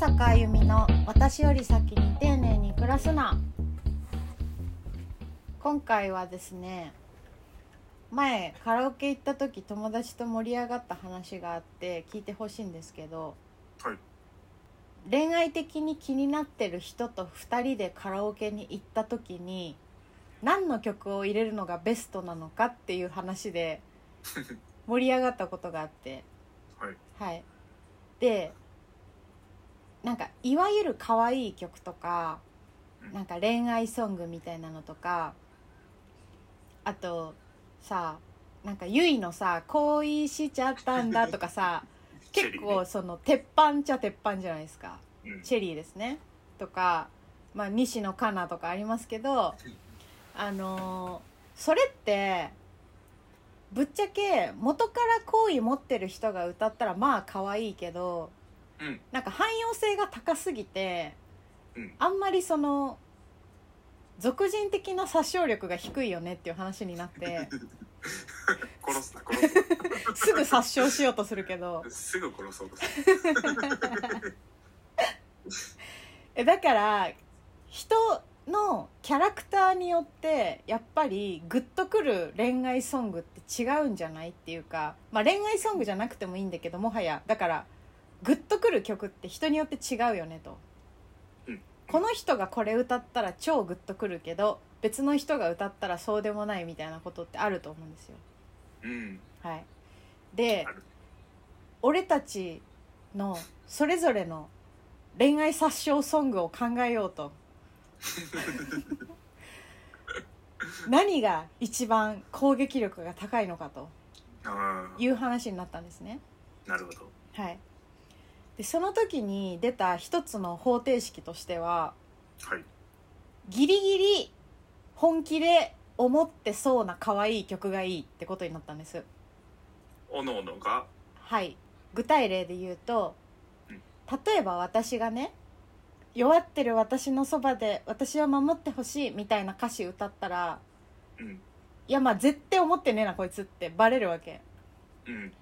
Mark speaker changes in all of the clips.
Speaker 1: 中あゆみの私より先に丁寧に暮らすな今回はですね前カラオケ行った時友達と盛り上がった話があって聞いてほしいんですけど
Speaker 2: はい
Speaker 1: 恋愛的に気になってる人と2人でカラオケに行った時に何の曲を入れるのがベストなのかっていう話で盛り上がったことがあって
Speaker 2: はい
Speaker 1: はいでなんかいわゆる可愛い曲とかなんか恋愛ソングみたいなのとかあとさなんかゆいのさ「恋しちゃったんだ」とか さ
Speaker 2: チェ
Speaker 1: 結
Speaker 2: リーね
Speaker 1: 構その鉄板っちゃ鉄板じゃないですか。
Speaker 2: うん
Speaker 1: チェリーですねとか、まあ、西野カナとかありますけどあのーそれってぶっちゃけ元から好意持ってる人が歌ったらまあ可愛いけど
Speaker 2: うん
Speaker 1: なんか汎用性が高すぎて
Speaker 2: うん
Speaker 1: あんまりその俗人的な殺傷力が低いよねっていう話になって
Speaker 2: 殺すな殺す
Speaker 1: すぐ殺傷しようとするけど
Speaker 2: なす ぐ殺そうとする
Speaker 1: えだから人のキャラクターによってやっぱりグッとくる恋愛ソングって違うんじゃないっていうか、まあ、恋愛ソングじゃなくてもいいんだけどもはやだからグッとくる曲って人によって違うよねと、
Speaker 2: うん
Speaker 1: この人がこれ歌ったら超グッとくるけど別の人が歌ったらそうでもないみたいなことってあると思うんですよ
Speaker 2: うん
Speaker 1: はいで
Speaker 2: ある
Speaker 1: 俺たちのそれぞれの恋愛殺傷ソングを考えようと何が一番攻撃力が高いのかと
Speaker 2: ああ
Speaker 1: いう話になったんですね
Speaker 2: なるほど
Speaker 1: はいでその時に出た一つの方程式としては
Speaker 2: はい
Speaker 1: ギリギリ本気で思ってそうな可愛い曲がいいってことになったんです
Speaker 2: おのおのが
Speaker 1: はい具体例で言うと
Speaker 2: うん
Speaker 1: 例えば私がね「弱ってる私のそばで私を守ってほしい」みたいな歌詞歌ったら
Speaker 2: うん
Speaker 1: 「いやまあ絶対思ってねえなこいつ」ってバレるわけ
Speaker 2: うん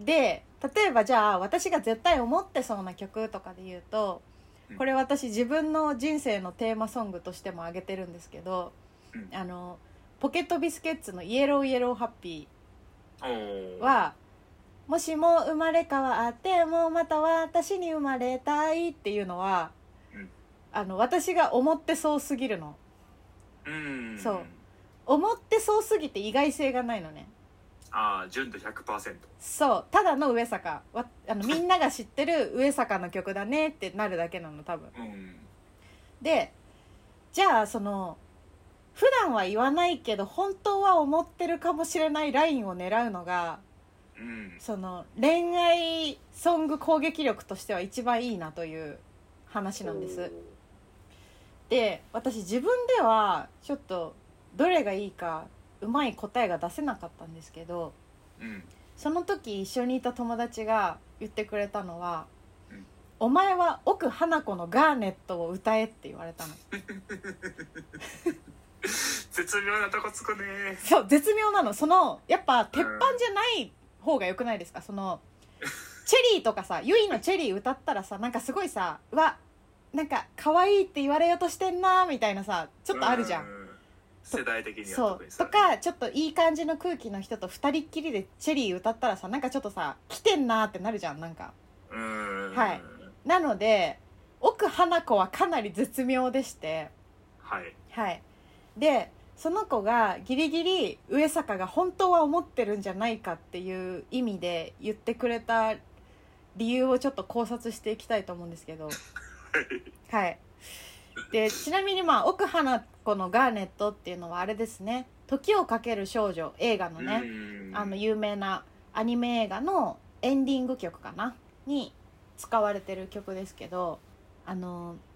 Speaker 2: うん
Speaker 1: で例えばじゃあ私が絶対思ってそうな曲とかで言うと
Speaker 2: うん
Speaker 1: これ私自分の人生のテーマソングとしても挙げてるんですけど
Speaker 2: うん
Speaker 1: あのポケットビスケッツの「イエローイエローハッピー」
Speaker 2: おお
Speaker 1: は「もしも生まれ変わってもまた私に生まれたい」っていうのは、
Speaker 2: うん
Speaker 1: あの私が思ってそうすぎるの
Speaker 2: うん
Speaker 1: そう思ってそうすぎて意外性がないのね
Speaker 2: ああ純度100%
Speaker 1: そうただの上坂わあのみんなが知ってる上坂の曲だねってなるだけなの多分
Speaker 2: うん
Speaker 1: でじゃあその普段は言わないけど本当は思ってるかもしれないラインを狙うのが
Speaker 2: うん
Speaker 1: その恋愛ソング攻撃力としては一番いいなという話なんですで私自分ではちょっとどれがいいかうまい答えが出せなかったんですけど
Speaker 2: うん
Speaker 1: その時一緒にいた友達が言ってくれたのは
Speaker 2: うん
Speaker 1: 「お前は奥花子のガーネットを歌え」って言われたの
Speaker 2: 絶妙なとこつくね
Speaker 1: そう絶妙なのそのやっぱ鉄板じゃない方が良くないですかそのチェリーとかさユイのチェリー歌ったらさなんかすごいさうわなんか可愛いって言われようとしてんなみたいなさちょっとあるじゃん
Speaker 2: う世代的には
Speaker 1: そ
Speaker 2: 特
Speaker 1: う
Speaker 2: にさ
Speaker 1: とかちょっといい感じの空気の人と二人っきりでチェリー歌ったらさなんかちょっとさ来てんなってなるじゃんなんか
Speaker 2: うん
Speaker 1: はいなので奥花子はかなり絶妙でして
Speaker 2: はい
Speaker 1: はい、でその子がギリギリ上坂が本当は思ってるんじゃないかっていう意味で言ってくれた理由をちょっと考察していきたいと思うんですけどはいでちなみにまあ奥花子の「ガーネット」っていうのはあれですね「時をかける少女」映画のね、
Speaker 2: うん
Speaker 1: あの有名なアニメ映画のエンディング曲かなに使われてる曲ですけどあの「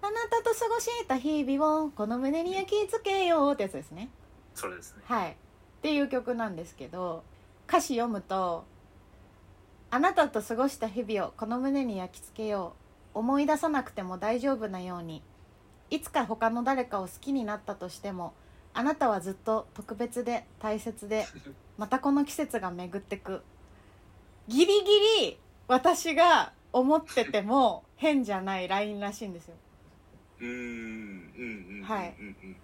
Speaker 1: あなたと過ごした日々をこの胸に焼き付けよう」ってやつですね
Speaker 2: それですね
Speaker 1: はいっていう曲なんですけど歌詞読むと「あなたと過ごした日々をこの胸に焼き付けよう思い出さなくても大丈夫なようにいつか他の誰かを好きになったとしてもあなたはずっと特別で大切でまたこの季節が巡ってく」ギリギリ私が思ってても変じゃないラインらしいんですよ
Speaker 3: うーんうんうん
Speaker 1: はい
Speaker 3: うんうん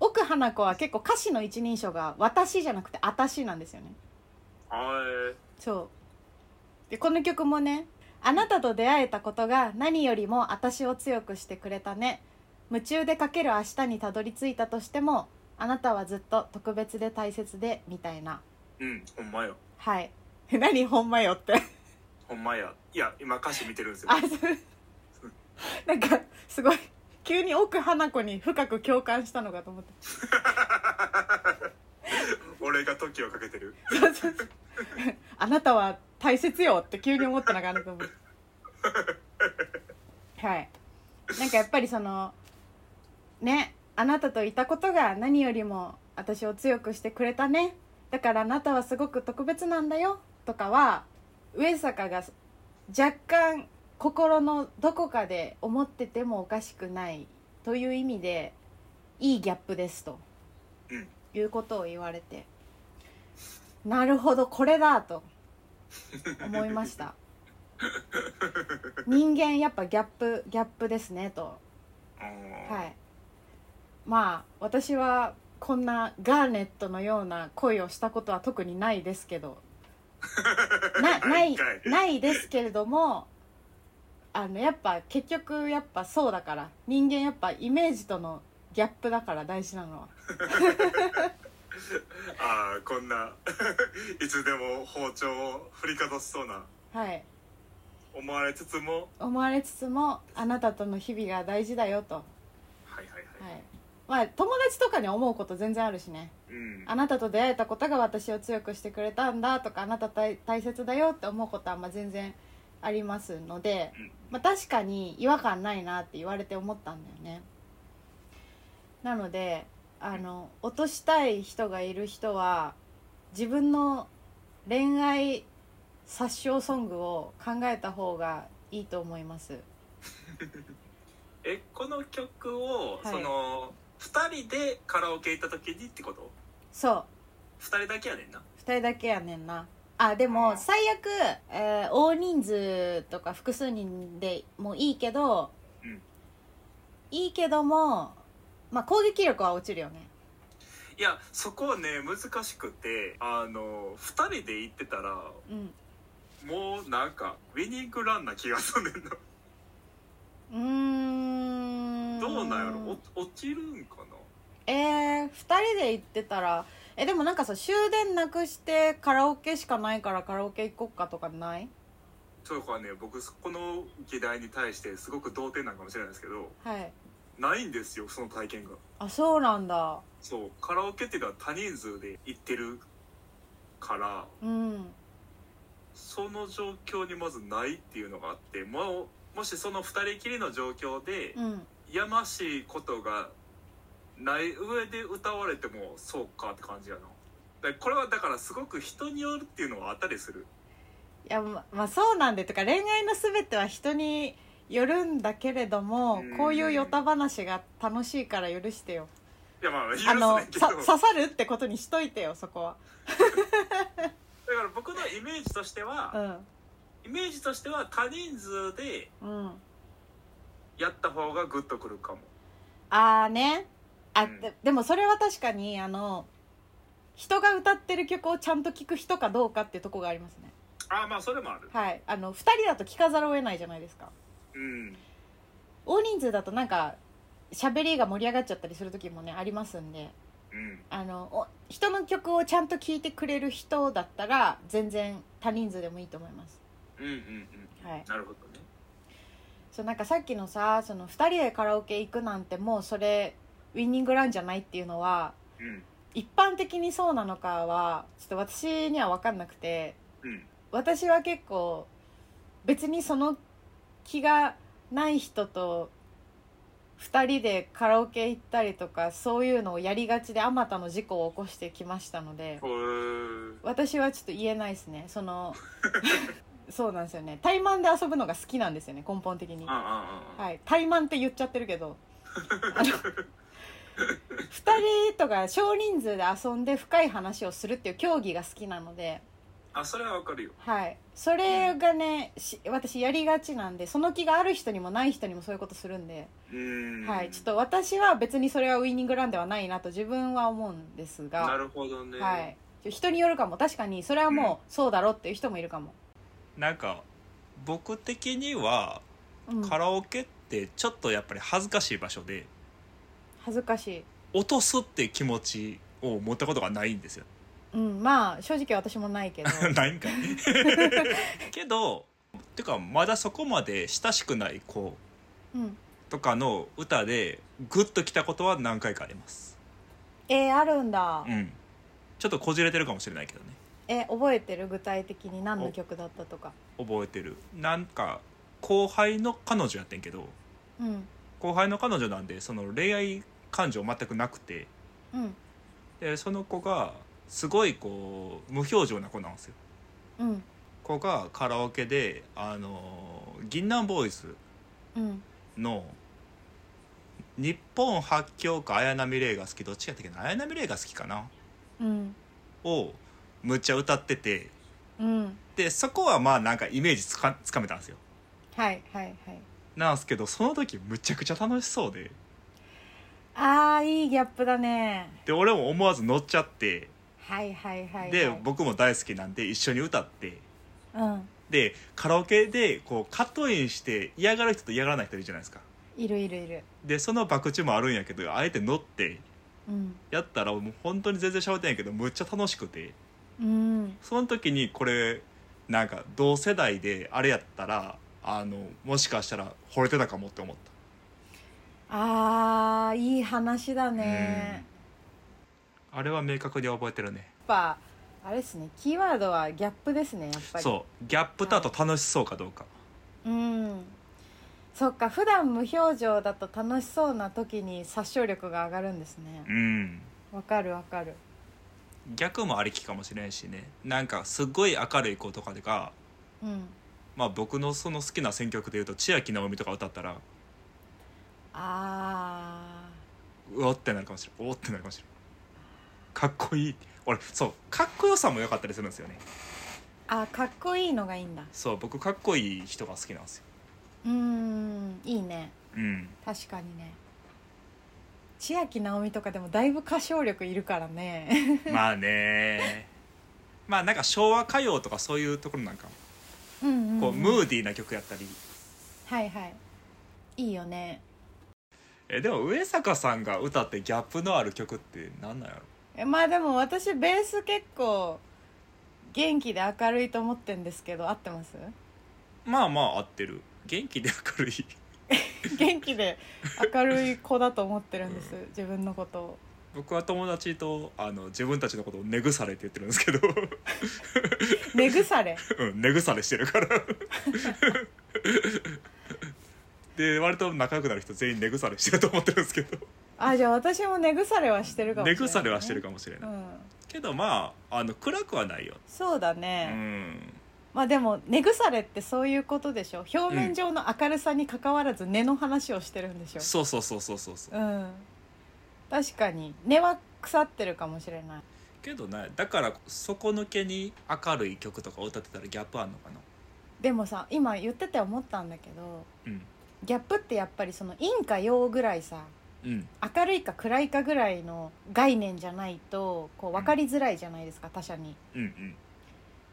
Speaker 1: 奥花子は結構歌詞の一人称が「私」じゃなくて「私」なんですよね
Speaker 3: はい
Speaker 1: そうでこの曲もね「あなたと出会えたことが何よりも私を強くしてくれたね」「夢中でかける明日にたどり着いたとしてもあなたはずっと特別で大切で」みたいな
Speaker 3: うんほんまよ
Speaker 1: はい 何ほんまよって
Speaker 3: ほんまやいや今歌詞見てるんですよ
Speaker 1: あそうなんかすごい急に奥花子に深く共感したのかと思って
Speaker 3: 俺が時をかけて る
Speaker 1: そうそうそうあなたは大切よって急に思ったのがあると思 うはいなんかやっぱりそのねあなたといたことが何よりも私を強くしてくれたねだからあなたはすごく特別なんだよとかは上坂が若干心のどこかで思っててもおかしくないという意味でいいギャップですと、
Speaker 3: うん
Speaker 1: いうことを言われてなるほどこれだと思いました人間やっぱギャップギャップですねとはいいまあ私はこんなガーネットのような恋をしたことは特にないですけ どなない
Speaker 3: ないんかい
Speaker 1: ないですけれどもあのやっぱ結局やっぱそうだから人間やっぱイメージとのギャップだから大事なのは
Speaker 3: ああこんな いつでも包丁を振りかざしそうな
Speaker 1: はい
Speaker 3: 思われつつも
Speaker 1: 思われつつもあなたとの日々が大事だよと、は
Speaker 3: はいはいはい、
Speaker 1: い、まあ友達とかに思うこと全然あるしね
Speaker 3: うん
Speaker 1: あなたと出会えたことが私を強くしてくれたんだとかあなた大大切だよって思うことはまあ全然ありますので、
Speaker 3: うん
Speaker 1: まあ、確かに違和感ないなって言われて思ったんだよねなのであの落としたい人がいる人は自分の恋愛殺傷ソングを考えた方がいいと思います
Speaker 3: えこの曲を、
Speaker 1: はい
Speaker 3: その2人でカラオケ行った時にってこと
Speaker 1: そう
Speaker 3: 2人だけやねんな
Speaker 1: 2人だけやねんなあでも最悪、えー大人数とか複数人でもいいけど、
Speaker 3: うん
Speaker 1: いいけども、まあ、攻撃力は落ちるよね
Speaker 3: いやそこはね難しくてあの2人で行ってたら
Speaker 1: うん
Speaker 3: もうなんかウィニングランな気がすんねんな
Speaker 1: うーん
Speaker 3: どうなんやろお落ちるんかな
Speaker 1: えー、2人で行ってたらえでもなんかさ終電なくしてカラオケしかないからカラオケ行こっかとかない
Speaker 3: とかね僕この議題に対してすごく同点なんかもしれないですけど
Speaker 1: はい
Speaker 3: ないんですよその体験が
Speaker 1: あそうなんだ
Speaker 3: そうカラオケっていうのは多人数で行ってるから
Speaker 1: うん
Speaker 3: その状況にまずないっていうのがあってもうもしその2人きりの状況で
Speaker 1: うん
Speaker 3: やましいことがない上で歌われてもそうかって感じやなでこれはだからすごく人によるっていうのはあったりする
Speaker 1: いやままあそうなんでとか恋愛の全ては人によるんだけれども
Speaker 3: うん
Speaker 1: こういうヨタ話が楽しいから許してよ
Speaker 3: いやまあ許す
Speaker 1: あの
Speaker 3: ねんけ
Speaker 1: さ
Speaker 3: どだ
Speaker 1: 刺
Speaker 3: か
Speaker 1: さるってことにしといてよそこは
Speaker 3: ら僕のイメージとして
Speaker 1: う
Speaker 3: は、
Speaker 1: ん
Speaker 3: イメージとしては多人数で
Speaker 1: うん
Speaker 3: やった方がグッとくるかも
Speaker 1: ああねあ、
Speaker 3: うん
Speaker 1: ででもそれは確かにあの人が歌ってる曲をちゃんと聴く人かどうかっていうとこがありますね
Speaker 3: ああまあそれもある
Speaker 1: はいあの2人だと聴かざるを得ないじゃないですか
Speaker 3: うん
Speaker 1: 大人数だとなんか喋りが盛り上がっちゃったりする時もねありますんで
Speaker 3: うん
Speaker 1: あのお人の曲をちゃんと聴いてくれる人だったら全然他人数でもいいと思います
Speaker 3: うんうんうん、
Speaker 1: はい
Speaker 3: なるほどね
Speaker 1: そうなんかさっきのさその2人でカラオケ行くなんてもうそれウィニングランじゃないっていうのは
Speaker 3: うん
Speaker 1: 一般的にそうなのかはちょっと私には分かんなくて
Speaker 3: うん
Speaker 1: 私は結構別にその気がない人と2人でカラオケ行ったりとかそういうのをやりがちであまたの事故を起こしてきましたので
Speaker 3: ほー
Speaker 1: 私はちょっと言えないですねその そうなんですよね怠慢で遊ぶのが好きなんですよね根本的に、
Speaker 3: ああ
Speaker 1: は
Speaker 3: ああああ
Speaker 1: い、怠慢って言っちゃってるけどあの2人とか少人数で遊んで深い話をするっていう競技が好きなので
Speaker 2: あそれはわかるよ
Speaker 1: はい、それがね、し私やりがちなんでその気がある人にもない人にもそういうことするんで、
Speaker 2: うーん
Speaker 1: はい、ちょっと私は別にそれはウイニングランではないなと自分は思うんです
Speaker 2: な
Speaker 1: が、
Speaker 2: るほどね、
Speaker 1: はい、人によるかも確かにそれはもうそうだろうっていう人もいるかも、
Speaker 3: なんか僕的には
Speaker 1: うん、
Speaker 3: カラオケってちょっとやっぱり恥ずかしい場所で
Speaker 1: 恥ずかしい、
Speaker 3: 落とすって気持ちを持ったことがないんですよ
Speaker 1: うん、まあ正直私もないけ ど
Speaker 3: ない んかいけどてかまだそこまで親しくない子
Speaker 1: うん
Speaker 3: とかの歌でグッときたことは何回かあります
Speaker 1: えーあるんだ、
Speaker 3: うんちょっとこじれてるかもしれないけどね
Speaker 1: え覚えてる具体的に何の曲だったとか
Speaker 3: 覚えてるなんか後輩の彼女やってんけど
Speaker 1: うん
Speaker 3: 後輩の彼女なんでその恋愛感情全くなくて
Speaker 1: うん
Speaker 3: でその子がすごいこう無表情な子なんですよ
Speaker 1: うん
Speaker 3: 子がカラオケであの銀杏ボーイズ
Speaker 1: うん
Speaker 3: の日本発狂か綾波レイが好きどっちやったっけな綾波レイが好きかな
Speaker 1: うん
Speaker 3: をむっちゃ歌ってて
Speaker 1: うん
Speaker 3: でそこはまあなんかイメージつかつかめたんですよ
Speaker 1: はいはいはい
Speaker 3: なんですけどその時むちゃくちゃ楽しそうで
Speaker 1: あーいいギャップだね
Speaker 3: で俺も思わず乗っちゃって
Speaker 1: はいはいはい、はい、
Speaker 3: で僕も大好きなんで一緒に歌って
Speaker 1: うん
Speaker 3: でカラオケでこうカットインして嫌がる人と嫌がらない人いるじゃないですか
Speaker 1: いるいるいる
Speaker 3: でその博打もあるんやけどあえて乗って
Speaker 1: うん
Speaker 3: やったらもう本当に全然喋ってないけどむっちゃ楽しくて
Speaker 1: うん
Speaker 3: その時にこれなんか同世代であれやったらあのもしかしたら惚れてたかもって思っ
Speaker 1: あーいい話だ
Speaker 3: た
Speaker 1: ね
Speaker 3: うんあれは明確に覚えてるね
Speaker 1: やっぱあれですねキーワードはギャップですねやっぱり
Speaker 3: そうギャップとあと楽しそうかどうか、
Speaker 1: ううんそっか普段無表情だと楽しそうな時に殺傷力が上がるんですね
Speaker 3: うん
Speaker 1: わかるわかる
Speaker 3: 逆もありきかもしれんしねなんかすごい明るい子とかでが
Speaker 1: うん
Speaker 3: まあ僕のその好きな選曲でいうと千秋直美とか歌ったら
Speaker 1: あ
Speaker 3: うおってなるかもしれんおおってなるかもしれんかっこいい俺そうかっこよさも良かったりするんですよね
Speaker 1: ーあかっこいいのがいいんだ
Speaker 3: そう僕かっこいい人が好きなんですよ
Speaker 1: うんいいね
Speaker 3: うん
Speaker 1: 確かにね千秋直美とかでもだいぶ歌唱力いるからね
Speaker 3: まあねまあなんか昭和歌謡とかそういうところなんかも
Speaker 1: うんうん、うん、
Speaker 3: こうムーディーな曲やったり
Speaker 1: はいはいいいよね
Speaker 3: えでも上坂さんが歌ってギャップのある曲ってなんなんやろ
Speaker 1: えまあでも私ベース結構元気で明るいと思ってんですけど合ってます
Speaker 3: まあまあ合ってる元気で明るい
Speaker 1: 元気で明るい子だと思ってる んです、自分のことを
Speaker 3: 僕は友達とあの自分たちのことを寝腐れって言ってるんですけど
Speaker 1: 根腐れ
Speaker 3: うん寝腐れしてるからで割と仲良くなる人全員寝腐れしてると思ってるんですけど
Speaker 1: あじゃあ私も根腐れはしてるかもし
Speaker 3: 寝
Speaker 1: れない、
Speaker 3: 腐れはしてる
Speaker 1: か
Speaker 3: かもしれ
Speaker 1: う
Speaker 3: ない、
Speaker 1: ん
Speaker 3: けどまああの暗くはないよ、
Speaker 1: そうだ
Speaker 3: う
Speaker 1: ね、
Speaker 3: ん、
Speaker 1: まあでも根腐れってそういうことでしょ表面上の明るさに関わらず根の話をしてるんでしょ
Speaker 3: そうそうそうそうそうそ
Speaker 1: う
Speaker 3: う
Speaker 1: ん、確かに根は腐ってるかもしれない
Speaker 3: けどねだから底抜けに明るい曲とか歌ってたらギャップあんのかな
Speaker 1: でもさ今言ってて思ったんだけど
Speaker 3: うん
Speaker 1: ギャップってやっぱりその陰か陽ぐらいさ
Speaker 3: うん
Speaker 1: 明るいか暗いかぐらいの概念じゃないとこう分かりづらいじゃないですか他者に
Speaker 3: うんうん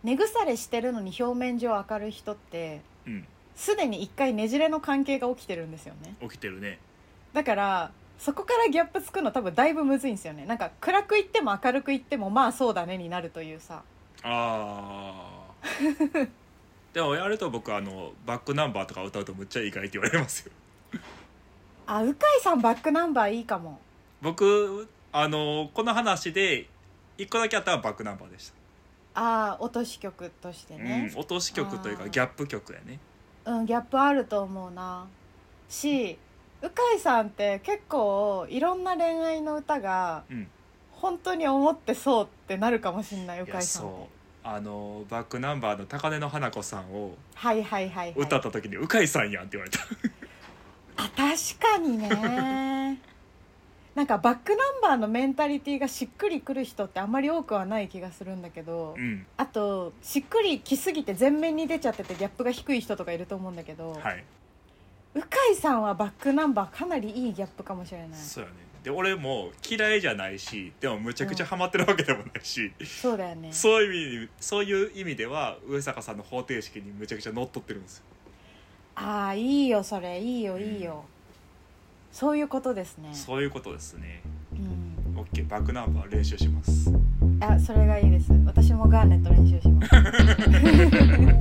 Speaker 1: 根腐れしてるのに表面上明るい人って
Speaker 3: うん
Speaker 1: すでに一回ねじれの関係が起きてるんですよね
Speaker 3: 起きてるね
Speaker 1: だからそこからギャップつくの多分だいぶむずいんですよねなんか暗く言っても明るく言ってもまあそうだねになるというさ
Speaker 3: ああ でもやると僕あのバックナンバーとか歌うとむっちゃ意外って言われますよ
Speaker 1: あ鵜飼さんバックナンバーいいかも
Speaker 3: 僕あのこの話で一個だけあったのはバックナンバーでした、
Speaker 1: ああ落とし曲としてね
Speaker 3: うん、落とし曲という
Speaker 1: あ
Speaker 3: か
Speaker 1: ー
Speaker 3: ギャップ曲やね
Speaker 1: うん、ギャップあると思うなし鵜飼さんって結構いろんな恋愛の歌が
Speaker 3: うん
Speaker 1: 本当に思ってそうってなるかもしんない鵜
Speaker 3: いや
Speaker 1: 飼さんって
Speaker 3: そうあのバックナンバーの高根の花子さんを
Speaker 1: はいはいはい、はい、
Speaker 3: 歌った時に「鵜飼さんやん」って言われた
Speaker 1: あ確かにね なんなんかバックナンバーのメンタリティがしっくりくる人ってあんまり多くはない気がするんだけど、
Speaker 3: うん
Speaker 1: あとしっくりきすぎて前面に出ちゃっててギャップが低い人とかいると思うんだけど、
Speaker 3: はい
Speaker 1: 鵜飼さんはバックナンバーかなりいいギャップかもしれない
Speaker 3: そうやねで俺も嫌いじゃないしでもむちゃくちゃハマってるわけでもないし、
Speaker 1: そうだよね
Speaker 3: そういう意味そういう意味では上坂さんの方程式にむちゃくちゃ乗っ取ってるんですよ
Speaker 1: ああいいよそれいいよいいよ、
Speaker 3: うん
Speaker 1: そういうことですね
Speaker 3: そういうことですね
Speaker 1: うん、
Speaker 3: OK バックナンバー練習します
Speaker 1: あそれがいいです私もガーネット練習します